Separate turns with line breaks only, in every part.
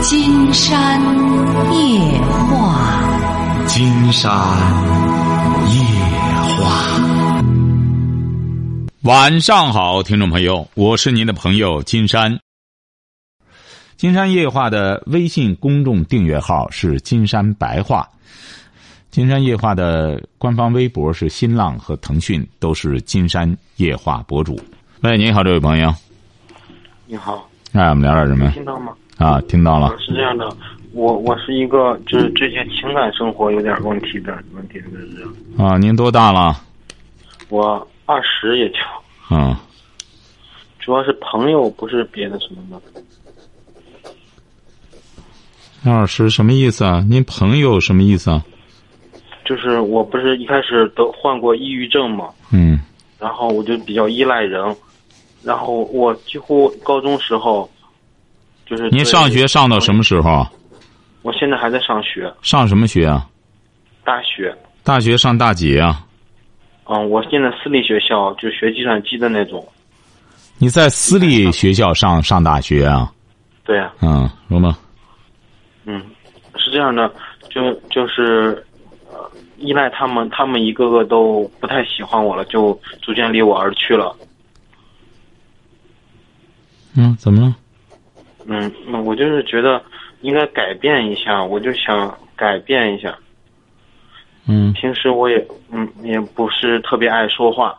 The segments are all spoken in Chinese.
金山夜话。
金山夜话。晚上好，听众朋友，我是您的朋友金山。金山夜话的微信公众订阅号是“金山白话”，金山夜话的官方微博是新浪和腾讯，都是金山夜话博主。喂，你好，这位朋友，
你好，
哎，我们聊点什么
听到吗？
啊？听到了
呃是这样的，我我是一个就是最近情感生活有点问题的问题的人，
啊？您多大了？
我二十也就，
嗯，
主要是朋友，不是别的什么的。
二十什么意思啊？您朋友什么意思啊？
就是我不是一开始都患过抑郁症嘛，
嗯
然后我就比较依赖人，然后我几乎高中时候，就是，
您上学上到什么？时候？
我现在还在上学，
上什么学啊？
大学。
大学上大几啊？
嗯，我现在私立学校就学计算机的那种。
你在私立学校上上大学啊？
对呀、
嗯，什么？
嗯，是这样的，就就是，呃，依赖他们，他们一个个都不太喜欢我了，就逐渐离我而去了。
嗯，怎么了？
嗯，嗯我就是觉得应该改变一下，我就想改变一下。
嗯
平时我也嗯也不是特别爱说话，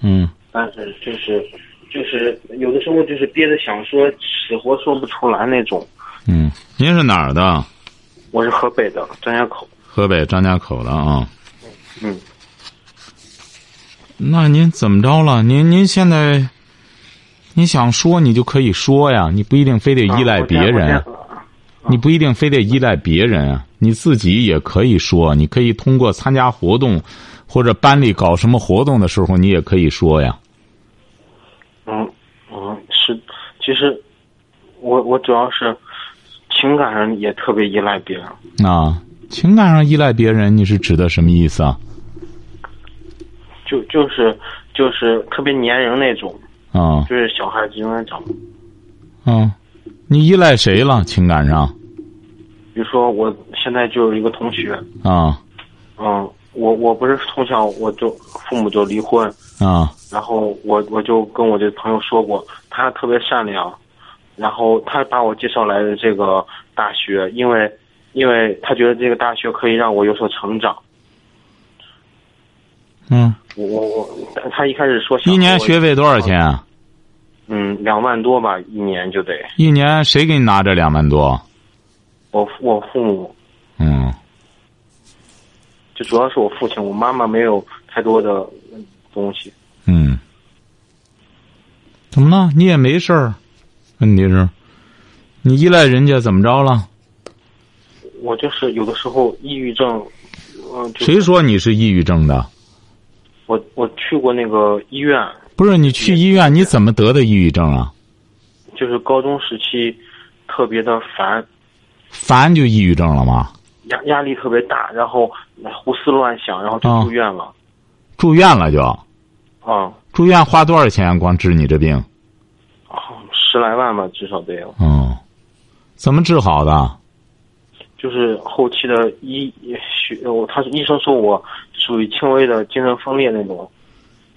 嗯
但是就是就是有的时候就是憋着想说，死活说不出来那种。
嗯，您是哪儿的？
我是河北的张家口，
河北张家口的啊。
嗯，
那您怎么着了？您您现在，你想说你就可以说呀，你不一定非得依赖别人。
啊我这样
你不一定非得依赖别人啊，你自己也可以说，你可以通过参加活动，或者班里搞什么活动的时候，你也可以说呀。
嗯，嗯，是，其实我我主要是情感上也特别依赖别人，
啊，情感上依赖别人，你是指的什么意思啊？
就就是就是特别粘人那种，
啊
就是小孩子永远长。比
啊，你依赖谁了？情感上
如说我现在就有一个同学，
啊
嗯，我我不是从小我就父母就离婚，
啊
然后我我就跟我这朋友说过，他特别善良，然后他把我介绍来的这个大学，因为因为他觉得这个大学可以让我有所成长。
嗯，
我我我，他他一开始说想
一年
我
学费多少钱？啊？
嗯，两万多吧，一年就得。
一年谁给你拿这两万多？
我我父母
嗯
就主要是我父亲，我妈妈没有太多的嗯东西。
嗯，怎么了？你也没事儿，问题是，你依赖人家怎么着了？
我就是有的时候抑郁症，嗯、就是
谁？说你是抑郁症的？
我我去过那个医院，
不是你去医院，你怎么得的抑郁症啊？
就是高中时期特别的烦，
烦就抑郁症了吗？
压压力特别大，然后胡思乱想，然后就
啊
住院了。
住院了就
啊、
住院花多少钱？光治你这病？
十来万吧，至少得有。
嗯，怎么治好的？
就是后期的医学，我他是医生说我属于轻微的精神分裂那种，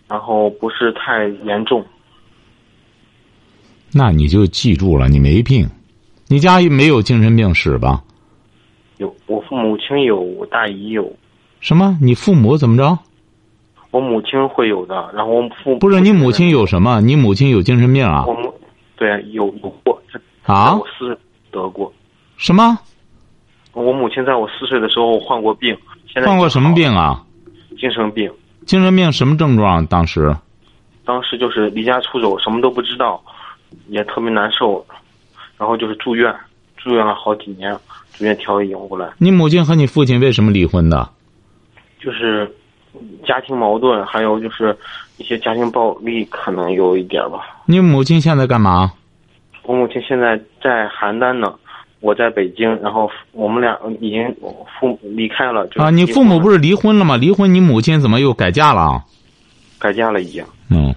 然后不是太严重。
那你就记住了，你没病，你家没有精神病史吧？
有我父母亲有，我大姨有，
什么？你父母怎么着？
我母亲会有的，然后我父
不是你母亲，有什么？你母亲有精神病啊
我？母对有有过，她在
啊
我？四岁得过，
什么？
我母亲在我四岁的时候患过病，现在
患过什么
已
病啊？
经好了？精神病，
精神病什么症状？当时
当时就是离家出走，什么都不知道，也特别难受，然后就是住院，住院了好几年，住院调理过来。
你母亲和你父亲为什么离婚的？
就是家庭矛盾，还有就是一些家庭暴力，可能有一点吧。
你母亲现在干嘛？
我母亲现在在邯郸呢，我在北京，然后我们俩已经父母离开了。就是
啊，你父母不
是
是离婚了吗？离婚，你母亲怎么又改嫁了啊？
改嫁了已经？
嗯，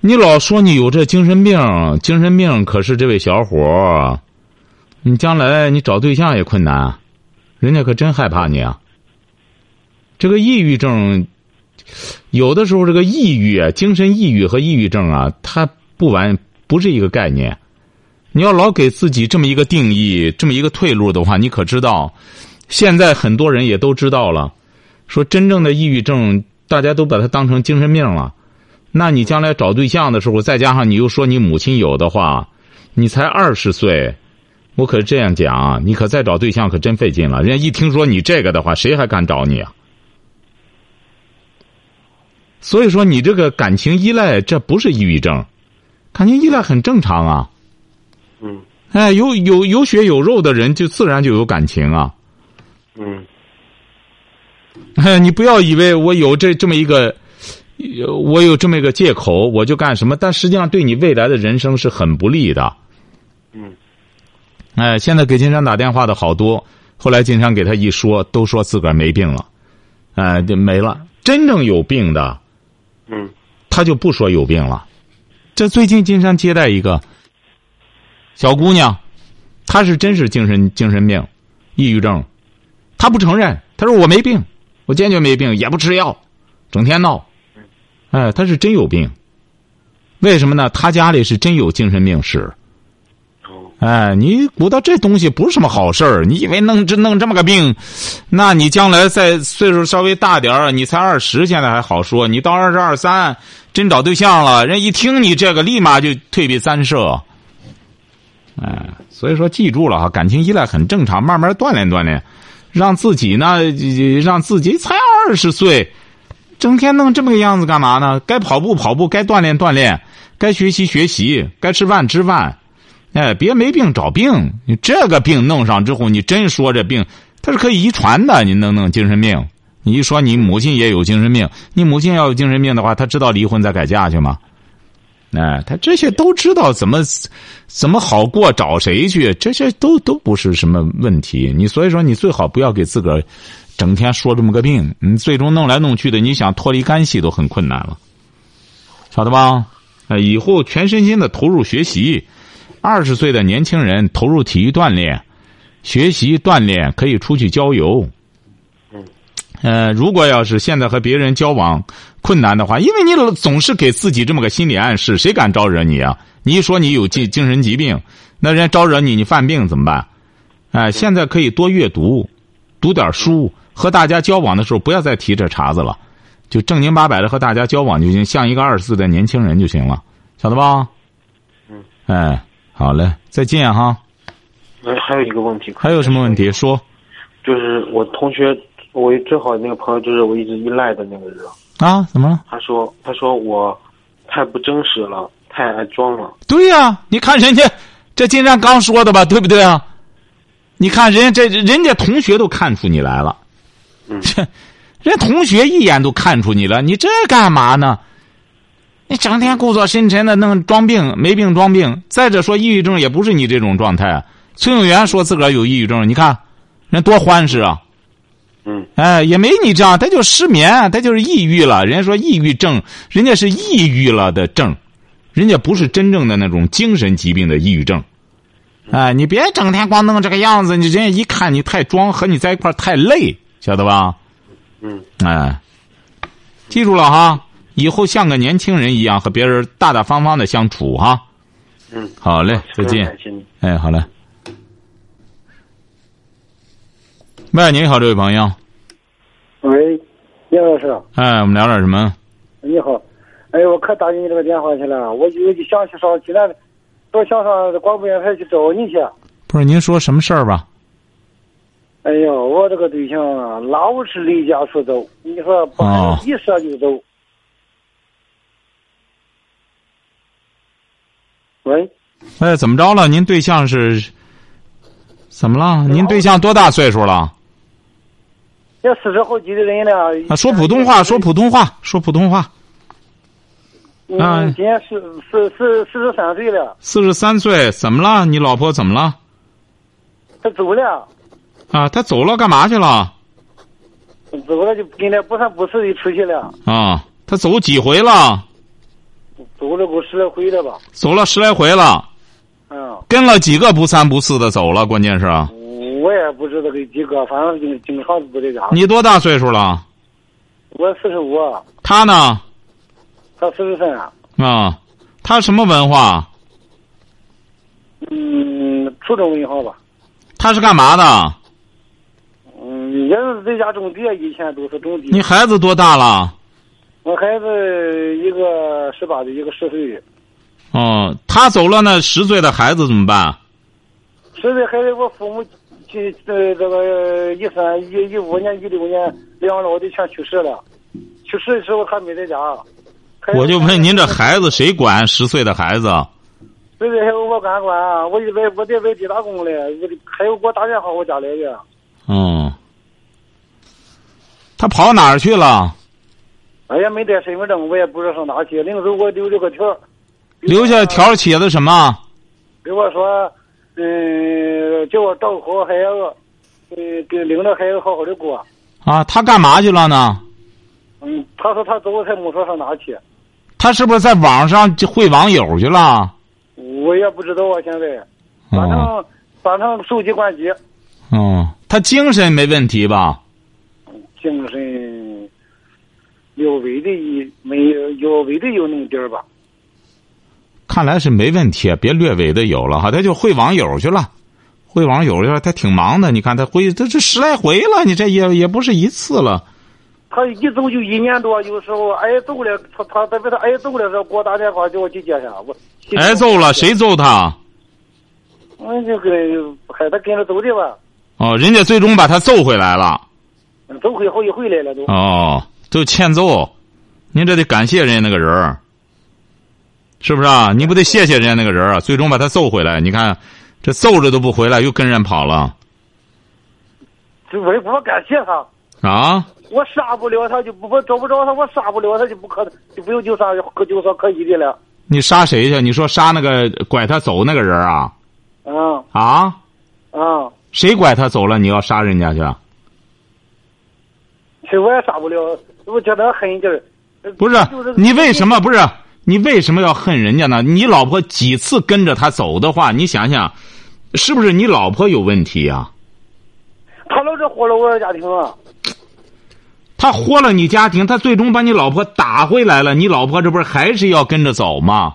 你老说你有这精神病，精神病可是这位小伙儿，啊你将来你找对象也困难啊，人家可真害怕你啊。这个抑郁症，有的时候这个抑郁啊，精神抑郁和抑郁症啊，它不完不是一个概念。你要老给自己这么一个定义，这么一个退路的话，你可知道，现在很多人也都知道了，说真正的抑郁症，大家都把它当成精神病了。那你将来找对象的时候，再加上你又说你母亲有的话，你才二十岁，我可是这样讲啊，你可再找对象可真费劲了。人家一听说你这个的话，谁还敢找你啊？所以说，你这个感情依赖，这不是抑郁症，感情依赖很正常啊。
嗯
哎，有有有血有肉的人，就自然就有感情啊。
嗯
哎， 你不要以为我有这这么一个，有我有这么一个借口，我就干什么？但实际上对你未来的人生是很不利的。
嗯
哎，现在给金山打电话的好多，后来金山给他一说，都说自个儿没病了，哎，就没了。真正有病的，
嗯
他就不说有病了。这最近金山接待一个小姑娘，她是真是精神精神病，抑郁症，她不承认，她说我没病，我坚决没病，也不吃药，整天闹，哎，她是真有病。为什么呢？她家里是真有精神病史，
哦
哎，你鼓捣这东西不是什么好事儿。你以为弄这弄这么个病，那你将来再岁数稍微大点儿，你才二十，现在还好说。你到二十二三，真找对象了，人一听你这个，立马就退避三舍。哎，所以说记住了哈，感情依赖很正常，慢慢锻炼锻炼，让自己呢，呃让自己才二十岁，整天弄这么个样子干嘛呢？该跑步跑步，该锻炼锻炼，该学习学习，该吃饭吃饭。哎，别没病找病，你这个病弄上之后，你真说这病它是可以遗传的，你弄弄精神病。你一说你母亲也有精神病，你母亲要有精神病的话，她知道离婚再改嫁去吗？哎，她这些都知道怎么怎么好过，找谁去？这些都都不是什么问题。你所以说，你最好不要给自个儿整天说这么个病，你最终弄来弄去的，你想脱离干系都很困难了，晓得吧？哎，以后全身心的投入学习。二十岁的年轻人投入体育锻炼、学习锻炼，可以出去郊游。
嗯，
呃，如果要是现在和别人交往困难的话，因为你老总是给自己这么个心理暗示，谁敢招惹你啊？你一说你有精精神疾病，那人家招惹你，你犯病怎么办？哎、现在可以多阅读，读点书，和大家交往的时候不要再提这茬子了，就正经八百的和大家交往就行，像一个二十岁的年轻人就行了，晓得吧？
嗯。
哎，好嘞，再见哈。
呃，还有一个问题，
还有什么问题？说
就是我同学，我正好那个朋友就是我一直依赖的那个人，
啊？怎么了？
他说他说我太不真实了，太爱装了。
对呀、你看人家这金山刚说的吧，对不对啊？你看人家这人家同学都看出你来了，
嗯
这人家同学一眼都看出你了，你这干嘛呢？你整天故作深沉的弄装病，没病装病。再者说，抑郁症也不是你这种状态。崔永元说自个儿有抑郁症，你看人多欢实啊！
嗯
哎，也没你这样，他就失眠，他就是抑郁了。人家说抑郁症，人家是抑郁了的症，人家不是真正的那种精神疾病的抑郁症。哎，你别整天光弄这个样子，你人家一看你太装，和你在一块儿太累，晓得吧？
嗯，
哎，记住了哈，以后像个年轻人一样和别人大大方方的相处哈。
嗯，
好嘞，再
非常
见。
感谢你。
哎，好嘞。喂，你好，这位朋友。
喂，叶老哎师，
哎，我们聊点什么？
你好，哎，我可打你这个电话去了，我就就想去上济南，我想上广播电台去找你去。
不是您说什么事儿吧？
哎呀，我这个对象啊，老是离家出走，你说不
哦
一说就走。喂，
哎，怎么着了？您对象是怎么了？您对象多大岁数了？
这四十好几的人嗯了。
啊，说普通话，说普通话，说普通话。啊
嗯，今年四四四四十三岁了，
四十三岁，怎么了？你老婆怎么了？
他走了，
啊，她走了，干嘛去了？
走了就跟那不三不四的出去了，
啊，她走几回了？
走了够十来回了吧？
走了十来回了。
嗯，
跟了几个不三不四的走了，关键是
我也不知道给几个，反正经经常不这家。
你多大岁数了？
我四十五，啊
他呢？
他四十三，
啊，他什么文化？
嗯，初中文化吧，
他是干嘛的？
嗯，也是在家种地，以前都是种
你
地。
孩子多大了？
我孩子一个十八岁，一个十岁，
哦，他走了，那十岁的孩子怎么办？
十岁孩子我父母去呃这个一三一一五年一六年两老的全去世了，去世的时候他没在家。孩 子
我就问您，这孩子谁管？十岁的孩子，啊
对对，还有我管管，我以为我在外地打工嘞，我的还有给我打电话我家来的，
嗯，他跑哪儿去了？
俺哎也没带身份证，我也不知道上哪去。临走给我留了个条儿，
留下条儿写的什么？
给我说，嗯，叫我照顾好孩子，嗯，给领着孩子好好的过。
啊，他干嘛去了呢？
嗯，他说他走，他没说上哪去，
他是不是在网上就会网友去了？
我也不知道啊，现在。反
哦，
正反正手机关机，
哦，他精神没问题吧？
精神略微的一没有略微的有那么点儿吧。
看来是没问题，啊别略微的有了哈，他就会网友去了，会网友去了，他挺忙的。你看他回他这十来回了，你这也也不是一次了。
他一走就一年多，有时候挨揍了，他他他被他挨揍了，时候给我打电话叫我去接他，我
挨揍哎了，？谁揍他？
我就跟喊他跟着走的吧，
哦，人家最终把他揍回来了。
嗯走回好几回来了都。
哦，就欠揍，您这得感谢人家那个人儿，是不是啊？你不得谢谢人家那个人儿啊，最终把他揍回来。你看，这揍着都不回来，又跟人跑了
就我我感谢他，
啊？
我杀不了他就不我找不着他，我杀不了他就不可就不用就杀可就说可以的了。
你杀谁去？你说杀那个拐他走那个人儿啊？
嗯
啊？
嗯，
谁拐他走了？你要杀人家去？啊
其实我也杀不了，我觉得狠劲儿。呃
不是
就是
你为什么不是你为什么要恨人家呢？你老婆几次跟着他走的话，你想想，是不是你老婆有问题啊呀、
他老是祸了我的家庭啊！
他豁了你家庭，他最终把你老婆打回来了，你老婆这不是还是要跟着走吗？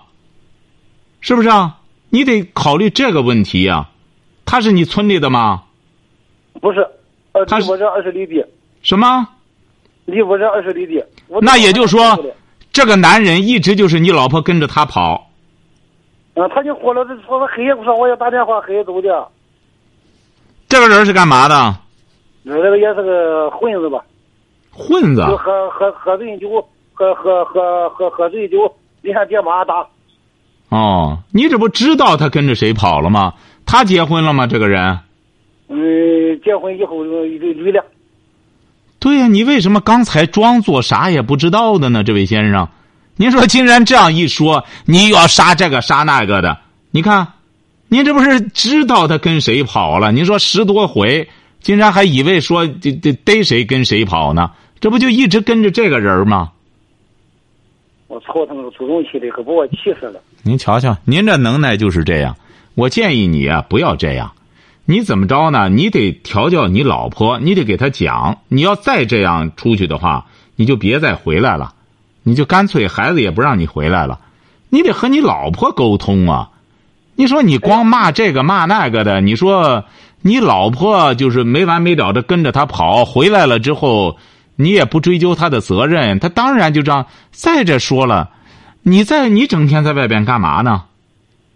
是不是啊？你得考虑这个问题呀、他是你村里的吗？
不是，呃，
他
离
是
我这二十里地，
什么？
离我这二十里地。我
那也就是说，这个男人一直就是你老婆跟着他跑，
嗯，他就火了，这说他黑夜不上，我也打电话黑夜走的。
这个人是干嘛的？
我这个也是个混子吧，
混子。
就喝喝喝醉酒，喝喝喝喝喝醉酒，连爹妈打。
哦，你这不知道他跟着谁跑了吗？他结婚了吗？这个人？
嗯，结婚以后就就离了。
对呀、你为什么刚才装作啥也不知道的呢？这位先生，您说竟然这样一说，你又要杀这个杀那个的，你看，您这不是知道他跟谁跑了？您说十多回，竟然还以为说这这逮谁跟谁跑呢？这不就一直跟着这个人吗？
我操他那个祖宗气的，可把我气死了。
您瞧瞧，您这能耐就是这样。我建议你啊，不要这样。你怎么着呢？你得调教你老婆，你得给她讲，你要再这样出去的话，你就别再回来了，你就干脆孩子也不让你回来了。你得和你老婆沟通啊。你说你光骂这个骂那个的，你说你老婆就是没完没了的跟着他跑，回来了之后，你也不追究他的责任，他当然就这样。再者说了。你在你整天在外边干嘛呢？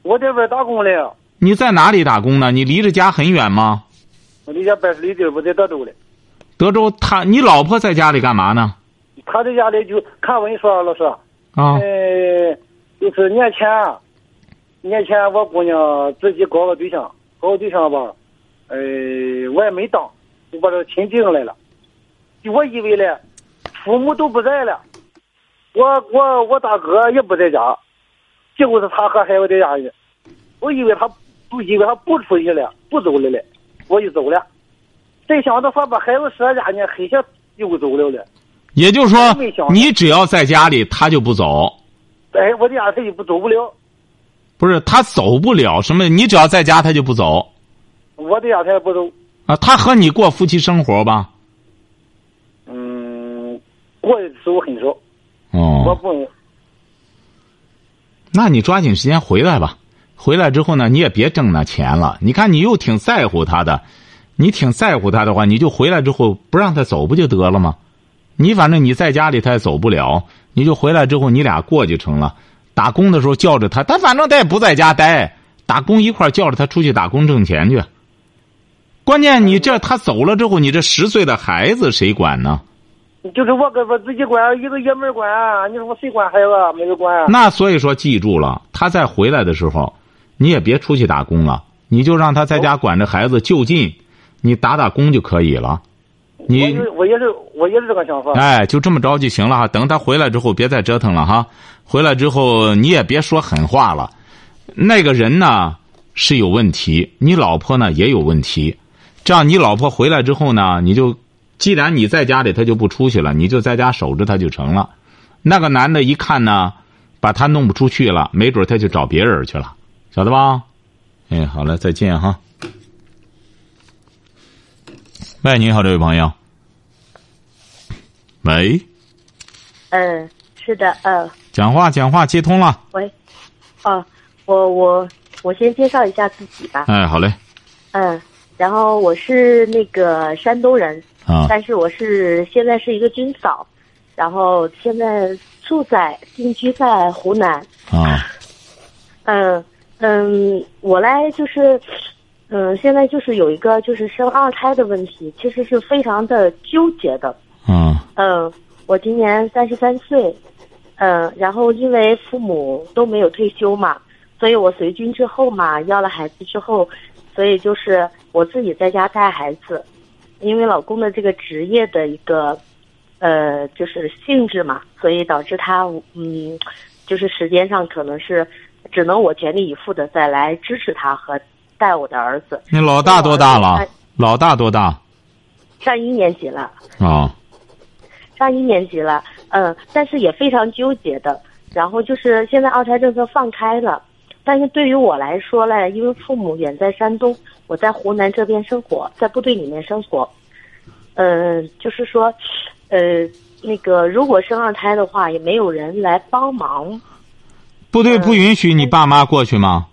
我在外打工嘞，
你在哪里打工呢？你离着家很远吗？
我离家百十里地，我在德州嘞。
德州他，你老婆在家里干嘛呢？
他在家里就看我跟你说啊，老师。
啊，
呃，就是年前，年前我姑娘自己搞个对象，搞个对象吧，呃，我也没当，就把这亲定来了。我以为嘞，父母都不在了，我我我大哥也不在家，结果是他和孩子在家里，我以为他不以为他不出去了，不走了嘞，我就走了。再想着说把孩子舍家呢，黑下又走了嘞。
也就是
我没想
说，
到
你只要在家里，他就不走。
哎，我这样他也不走不了。
不是他走不了什么，你只要在家他就不走
我的家他也不走，
啊。他和你过夫妻生活吧？
嗯，过的时候很少，我
哦，
不
那你抓紧时间回来吧。回来之后呢，你也别挣那钱了。你看你又挺在乎他的，你挺在乎他的话，你就回来之后不让他走不就得了吗？你反正你在家里他也走不了，你就回来之后你俩过就成了。打工的时候叫着他，他反正他也不在家待，打工一块儿叫着他出去打工挣钱去。关键你这他走了之后，你这十岁的孩子谁管呢？
就是我跟我自己管，一个爷们儿管，啊你说我谁管孩子？没人管。啊
那所以说，记住了，他再回来的时候，你也别出去打工了，你就让他在家管着孩子就近，你打打工就可以了。
我
你
也我也是我也是这个想法。
哎，就这么着就行了哈。等他回来之后，别再折腾了哈。回来之后你也别说狠话了。那个人呢是有问题，你老婆呢也有问题。这样你老婆回来之后呢，你就既然你在家里，他就不出去了，你就在家守着他就成了。那个男的一看呢，把他弄不出去了，没准他就找别人去了，晓得吧？哎，好了，再见哈。喂，你好，这位朋友。喂。
嗯，是的，嗯，
讲话讲话，接通了。
喂，哦，我我我先介绍一下自己吧，
哎，好嘞，
嗯，然后我是那个山东人，
啊，
但是我是现在是一个军嫂，然后现在住在定居在湖南，
啊，
嗯嗯，我来就是，嗯，现在就是有一个就是生二胎的问题，其实是非常的纠结的，
啊，
嗯，我今年三十三岁，嗯，然后因为父母都没有退休嘛，所以我随军之后嘛，要了孩子之后，所以就是我自己在家带孩子，因为老公的这个职业的一个，呃，就是性质嘛，所以导致他嗯，就是时间上可能是只能我全力以赴的再来支持他和带我的儿子，
你老大多大
哎
了？老大多大？
上一年级了。
啊，
上一年级了，嗯，但是也非常纠结的。然后就是现在二胎政策放开了，但是对于我来说嘞，因为父母远在山东，我在湖南这边生活，在部队里面生活，嗯、就是说，呃，那个如果生二胎的话，也没有人来帮忙。
部
嗯
队不允许你爸妈过去吗？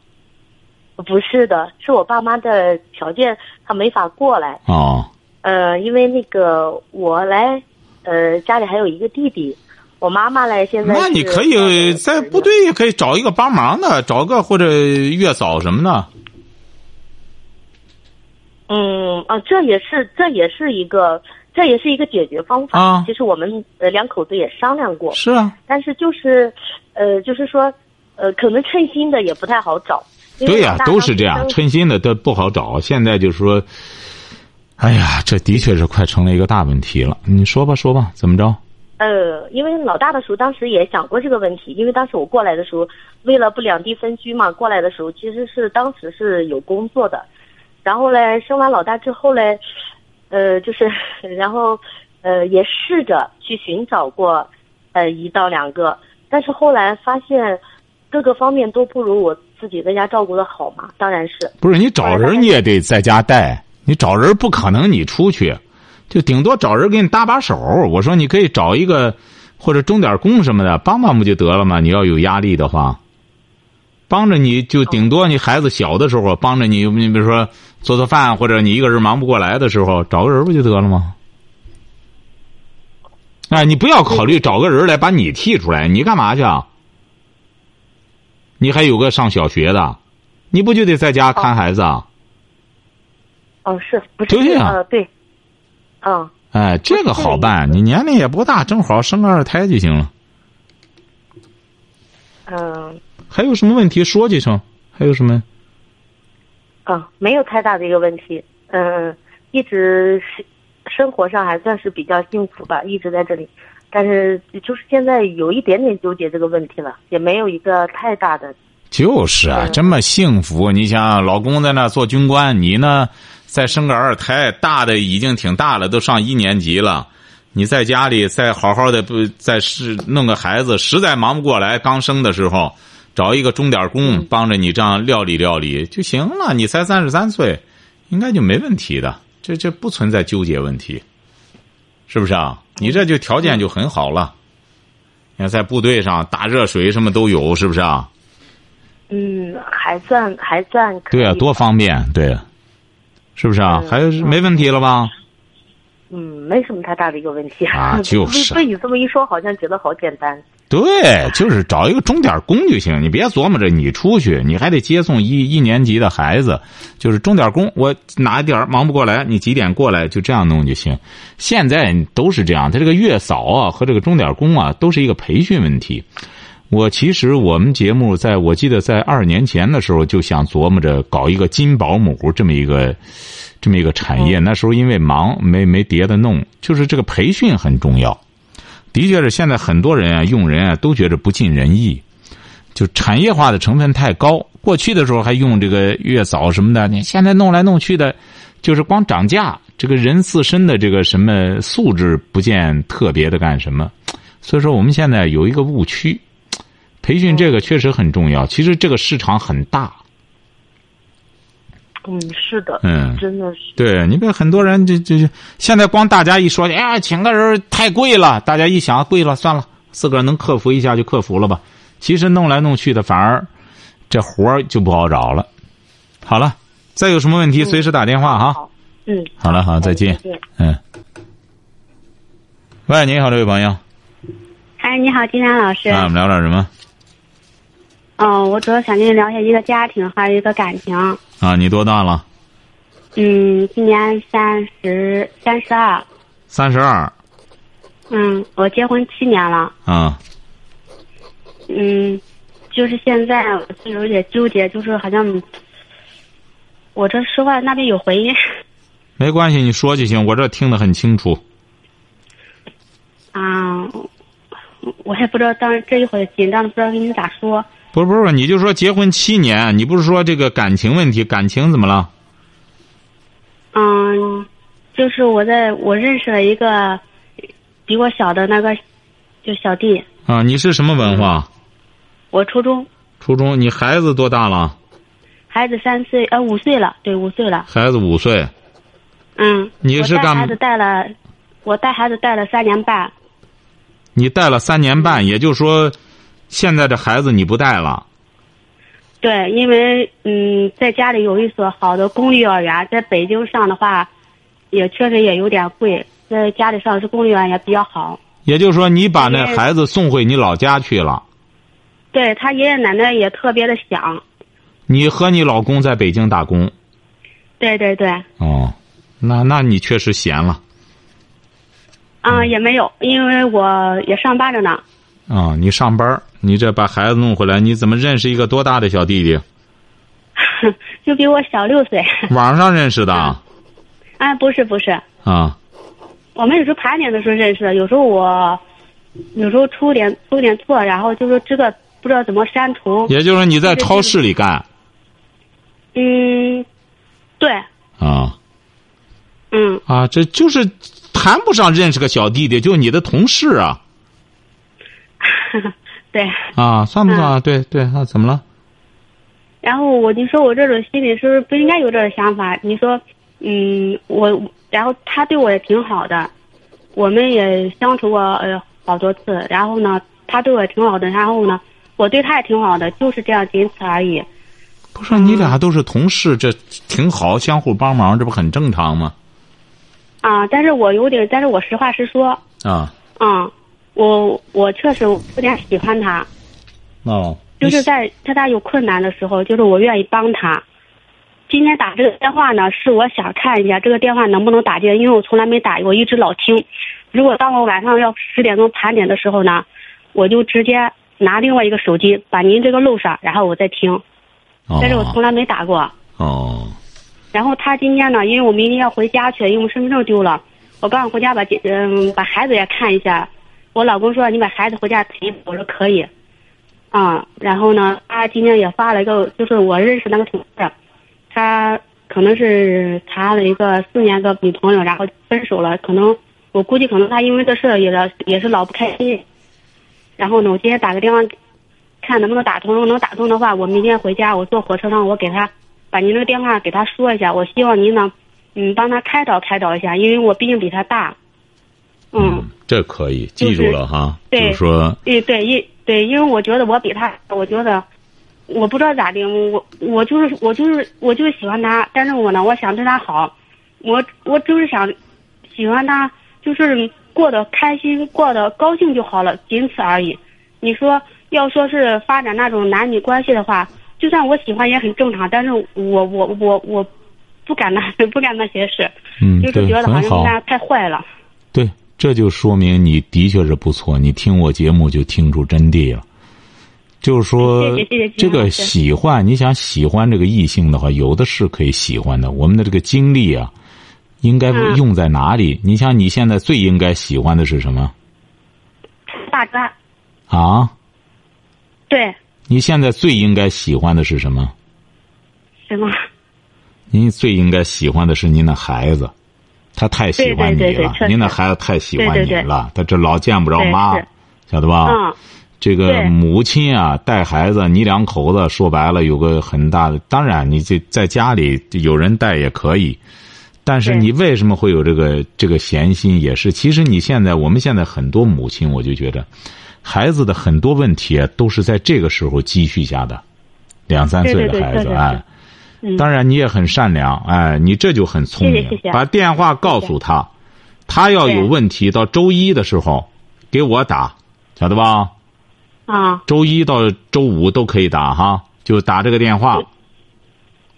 不是的，是我爸妈的条件，他没法过来。
哦，
呃，因为那个我来，呃，家里还有一个弟弟，我妈妈嘞现在
那你
是
可
当我
以
的
在
侄女
部队也可以找一个帮忙的，找个或者月嫂什么的。
嗯啊，这也是这也是一个这也是一个解决方法。
啊
其实我们呃两口子也商量过，
是啊，
但是就是，呃，就是说，呃，可能称心的也不太好找。因为
对呀、
老大
都
当
是
时
这样，
生
称心的都不好找。现在就是说，哎呀，这的确是快成了一个大问题了。你说吧，说吧，怎么着？
呃，因为老大的时候，当时也想过这个问题，因为当时我过来的时候，为了不两地分居嘛，过来的时候其实是当时是有工作的，然后嘞，生完老大之后嘞，呃，就是然后呃也试着去寻找过，呃一到两个，但是后来发现各个方面都不如我自己在家照顾的好嘛，当然是，
不是你找人你也得在家带，你找人不可能你出去，就顶多找人给你搭把手。我说你可以找一个或者钟点工什么的帮帮不就得了吗？你要有压力的话，帮着你就顶多你孩子小的时候帮着你，你比如说做做饭或者你一个人忙不过来的时候找个人不就得了吗？哎，你不要考虑找个人来把你剔出来，你干嘛去啊？你还有个上小学的，你不就得在家看孩子啊？
哦，是不是？
对呀
呃，对，嗯。
哎，这个好办，你年龄也不大，正好生个二胎就行了。
嗯
还有什么问题说几声？还有什么？
啊，没有太大的一个问题。嗯，一直是生活上还算是比较幸福吧，一直在这里。但是就是现在有一点点纠结这个问题了，也没有一个太大的。
就是啊，这么幸福，你想想，老公在那做军官，你呢再生个二胎，大的已经挺大了，都上一年级了。你在家里再好好的不再是弄个孩子，实在忙不过来，刚生的时候，找一个钟点工帮着你这样料理料理就行了。你才三十三岁，应该就没问题的，这这不存在纠结问题，是不是啊？你这就条件就很好了。你看在部队上打热水什么都有，是不是啊？
嗯，还算还算可以。
对啊，多方便，对啊，是不是啊？
嗯
还有是没问题了吧？
嗯，没什么太大的一个问题。
啊就是
被你这么一说，好像觉得好简单。
对，就是找一个钟点工就行，你别琢磨着你出去，你还得接送一一年级的孩子，就是钟点工，我哪一点儿忙不过来，你几点过来，就这样弄就行。现在都是这样，他这个月嫂啊和这个钟点工啊都是一个培训问题。我其实我们节目在我记得在二年前的时候就想琢磨着搞一个金保姆这么一个这么一个产业，那时候因为忙没没别的弄，就是这个培训很重要。的确是现在很多人啊，用人啊都觉着不尽人意，就产业化的成分太高。过去的时候还用这个月嫂什么的，你现在弄来弄去的，就是光涨价，这个人自身的这个什么素质不见特别的干什么。所以说，我们现在有一个误区，培训这个确实很重要。其实这个市场很大，
嗯，是的，
嗯
真的是，
对，你别很多人这这这，现在光大家一说，哎呀，请个人太贵了，大家一想贵了，算了，自个儿能克服一下就克服了吧。其实弄来弄去的，反而这活儿就不好找了。好了，再有什么问题随时打电话哈。
好，嗯，
好了，好，再见。嗯。喂，你好，这位朋友，
嗨，你好，金山老师。
啊，我们聊点什么？
嗯，我主要想跟你聊一下一个家庭，还有一个感情。
啊，你多大了？
嗯，今年三十三十二。
三十二
嗯，我结婚七年了。
啊，
嗯，就是现在我是有点纠结，就是好像我这说话那边有回音
没关系，你说就行，我这听得很清楚。
啊。我也不知道当这一会儿紧张的不知道跟你咋说。
不是不是，你就说结婚七年，你不是说这个感情问题？感情怎么了？
嗯，就是我在我认识了一个比我小的那个就小弟，
啊，你是什么文化？
我初中
初中？你孩子多大了？
孩子三岁，呃，五岁了，对，五岁了。
孩子五岁。
嗯，
你是
我带
干
孩子带了，我带孩子带了三年半。
你带了三年半，也就是说，现在这孩子你不带了。
对，因为嗯，在家里有一所好的公立幼儿园，在北京上的话，也确实也有点贵，在家里上的是公立幼儿园比较好。
也就是说，你把那孩子送回你老家去了。
对他爷爷奶奶也特别的想，
你和你老公在北京打工。
对对啊对，
哦，那那你确实闲了
啊、
嗯
也没有，因为我也上班着呢，
啊！你上班儿，你这把孩子弄回来，你怎么认识一个多大的小弟弟？
就比我小六岁。
网上认识的啊
啊，不是不是，
啊
我们有时候盘点的时候认识的，有时候我有时候出点出点错，然后就说这个不知道怎么删除。
也就是说你在超市里干
嗯，对，
啊
嗯，
啊，这就是谈不上认识个小弟弟，就你的同事啊
对。
啊，算不算啊？对对，那、怎么了？
然后我就说我这种心里是不是不应该有这种想法？你说，嗯，我然后他对我也挺好的，我们也相处过呃好多次，然后呢，他对我也挺好的，然后呢，我对他也挺好的，就是这样，仅此而已。
不是你俩都是同事，这挺好，相互帮忙，这不很正常吗？
啊，但是我有点，但是我实话实说，
啊，
啊，我我确实有点喜欢他，
哦，
就是在在他有困难的时候，就是我愿意帮他。今天打这个电话呢，是我想看一下这个电话能不能打进，因为我从来没打过，我一直老听。如果当我晚上要十点钟盘点的时候呢，我就直接拿另外一个手机把您这个录上，然后我再听。
哦
但是我从来没打过。
哦
然后他今天呢，因为我明天要回家去，因为我身份证丢了，我刚回家把姐嗯把孩子也看一下。我老公说你把孩子回家陪一陪，我说可以。啊、然后呢，他今天也发了一个，就是我认识那个同事，他可能是谈了一个四年个女朋友，然后分手了。可能我估计可能他因为这事儿也也是老不开心。然后呢，我今天打个电话看能不能打通。如果能打通的话，我明天回家，我坐火车上，我给他把您的电话给他说一下。我希望您呢，嗯，帮他开导开导一下，因为我毕竟比他大。嗯，
这可以记住了哈。
就是
就是说，
对对，因对，因为我觉得我比他，我觉得我不知道咋的，我我就是我就是我就是喜欢他，但是我呢，我想对他好，我我就是想喜欢他，就是过得开心，过得高兴就好了，仅此而已。你说要说是发展那种男女关系的话，就算我喜欢也很正常，但是我我我我不敢那 不敢那些事，
嗯，
就是
对，
觉得好
很
像
好
跟，他太坏了。
对，这就说明你的确是不错。你听我节目就听出真谛了。就是说
谢谢谢谢，
这
金老
个
师
喜欢，你想喜欢这个异性的话，有的是可以喜欢的。我们的这个精力啊，应该
嗯
用在哪里？你像你现在最应该喜欢的是什么
大专，
啊？
对，
你现在最应该喜欢的是什么？
什么？
您最应该喜欢的是您的孩子，他太喜欢你了，
对对对对确实
您的孩子太喜欢你了，
对对对
他这老见不着妈
对是，
晓得吧？
嗯，
这个
对
母亲啊，带孩子，你两口子说白了有个很大的，当然你这在家里有人带也可以，但是
对
你为什么会有这个这个闲心？也是，其实你现在我们现在很多母亲，我就觉得，孩子的很多问题啊，都是在这个时候积蓄下的，两三岁
对对
的
对
孩
确
子
实
哎
是。嗯
当然，你也很善良，哎，你这就很聪明。
谢谢谢谢
把电话告诉他，他要有
对
问题，到周一的时候给我打，晓得吧？
啊、
周一到周五都可以打哈，就打这个电话。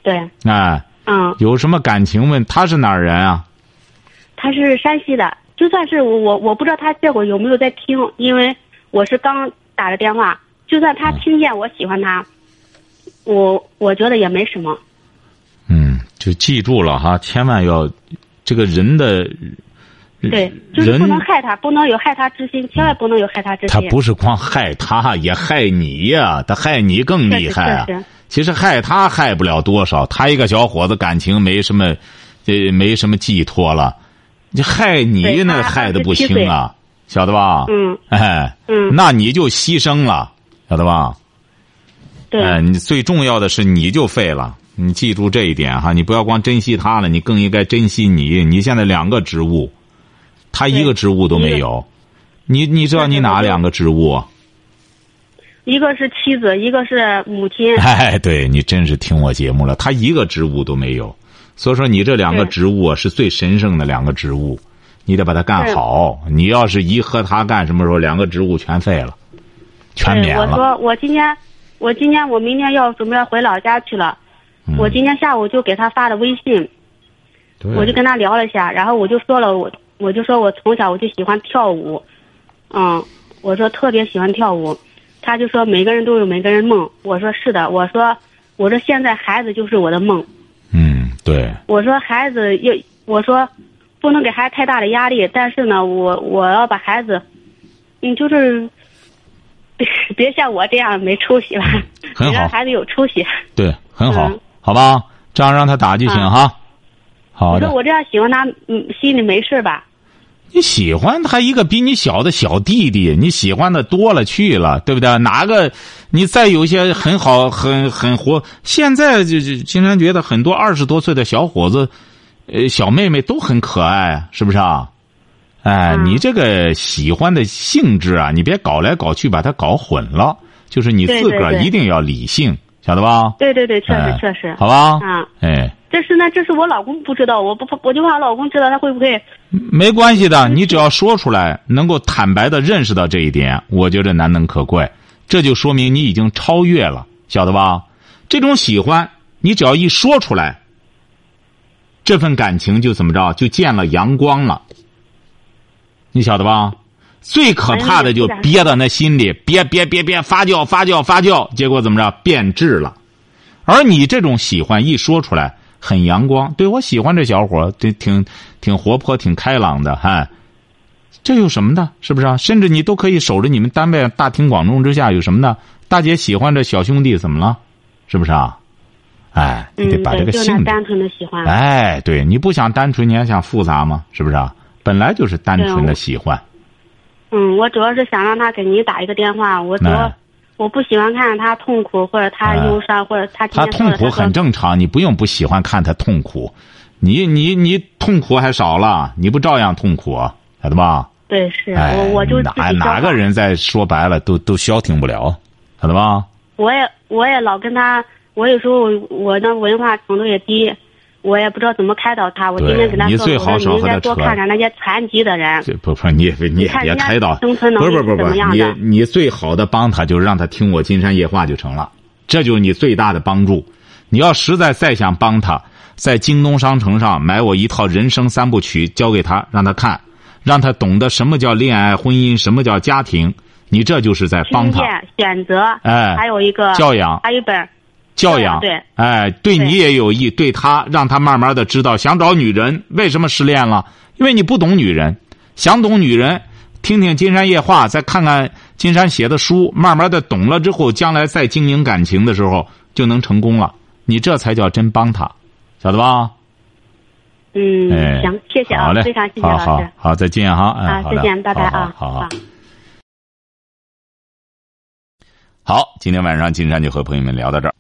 对，
哎，
嗯，
有什么感情问？他是哪儿人啊？
他是山西的，就算是我我我不知道他结果有没有在听，因为我是刚打的电话，就算他听见我喜欢他，我我觉得也没什么。
嗯，就记住了哈，千万要这个人的
对，就是
嗯人
不能害他，不能有害他之心，千万不能有害他之
他
心。
不是光害他，也害你呀、他害你更厉害啊
确实确实！
其实害他害不了多少，他一个小伙子感情没什么，呃，没什么寄托了，你害你
对
那
他
害的不
27
轻啊，晓得吧？
嗯，
哎，
嗯
那你就牺牲了，晓得吧？
对、
哎，你最重要的是你就废了，你记住这一点哈，你不要光珍惜他了，你更应该珍惜你。你现在两个职务，他一
对
个职务都
一
没
个
有，你你知道
对
你
对
哪
对
两个职务 啊？
一个是妻子，一个是母亲。
哎，对你真是听我节目了，他一个职务都没有，所以说你这两个
对
职务啊是最神圣的两个职务，你得把它干
对
好。你要是一和他干什么时候，两个职务全废了，全
对，
免
我
了。
说我今天，我今天我明天要准备回老家去了，
嗯
我今天下午就给他发了微信。
对
我就跟他聊了一下，然后我就说了我，我就说我从小我就喜欢跳舞，嗯，我说特别喜欢跳舞，他就说每个人都有每个人梦，我说是的，我说我说现在孩子就是我的梦，
嗯，对，
我说孩子要我说不能给孩子太大的压力，但是呢，我我要把孩子，嗯，就是 别别像我这样没出息了，
很好
得让孩子有出息。
对，很好，
嗯
好吧？这样让他打就行
嗯
哈。好
我
的
说，我这样喜欢他，嗯，心里没事吧？
你喜欢他一个比你小的小弟弟，你喜欢的多了去了，对不对？哪个你再有一些很好、很很活，现在就就经常觉得很多二十多岁的小伙子，呃，小妹妹都很可爱，是不是啊？哎，
嗯
你这个喜欢的性质啊，你别搞来搞去把它搞混了，就是你
对
自个儿
对对
一定要理性，晓得吧？
对对对，确
哎
实确实。
好吧？
嗯
哎。
这是呢，这是我老公不知道，我不我就怕老公知道他会不会
没关系的，你只要说出来，能够坦白的认识到这一点，我觉得难能可贵。这就说明你已经超越了，晓得吧？这种喜欢，你只要一说出来，这份感情就怎么着，就见了阳光了。你晓得吧？最可怕的就
哎呀
憋到那心里，憋憋憋憋发酵发酵发酵，结果怎么着变质了。而你这种喜欢一说出来，很阳光，对我喜欢这小伙儿，这挺挺活泼，挺开朗的，哎，这有什么的？是不是啊？甚至你都可以守着你们单位大庭广众之下，有什么的？大姐喜欢这小兄弟，怎么了？是不是啊？哎，你
嗯，
得把这
对，
个
就
性
那
质
单纯的喜欢。
哎，对，你不想单纯，你还想复杂吗？是不是啊？本来就是单纯的喜欢，
嗯，我主要是想让他给您打一个电话，我主要
哎
我不喜欢看他痛苦，或者他忧伤，或者他今
他
天
痛
说
苦
了
很正常，你不用不喜欢看他痛苦，你你你痛苦还少了，你不照样痛苦，啊晓得吧？
对，是
哎，
我我就自己
哪
消化
哪个人再说白了都都消停不了，晓得吧？
我也我也老跟他，我有时候我我的文化程度也低，我也不知道怎么开导他。我
对
天天跟他
你
说，
最好
我
少
说你应
和他
该多
扯
看看那些残疾的人。
这不不，你也你也
看
别
人家
开导，不
生存能
是不
力
是不是不
是怎么
是，
样
你
的
你最好的帮他就是让他听我金山夜话就成了，这就是你最大的帮助。你要实在再想帮他，在京东商城上买我一套《人生三部曲》，交给他，让他看，让他懂得什么叫恋爱、婚姻，什么叫家庭。你这就是在帮
听
他。
见、选择，
哎
还有一个
教养
还有一本，
教养，
对
哎，对
对
你也有益，对他让他慢慢的知道，想找女人为什么失恋了，因为你不懂女人，想懂女人，听听金山夜话，再看看金山写的书，慢慢的懂了之后，将来再经营感情的时候就能成功了，你这才叫真帮他，晓得吧？
嗯，
哎，
行，谢谢
好
啊
嘞，，
非常谢谢
好
老师。
好好，再见哈，
啊
哎，好
再
嘞
见，拜拜啊，
好好好
好。
好，今天晚上金山就和朋友们聊到这儿。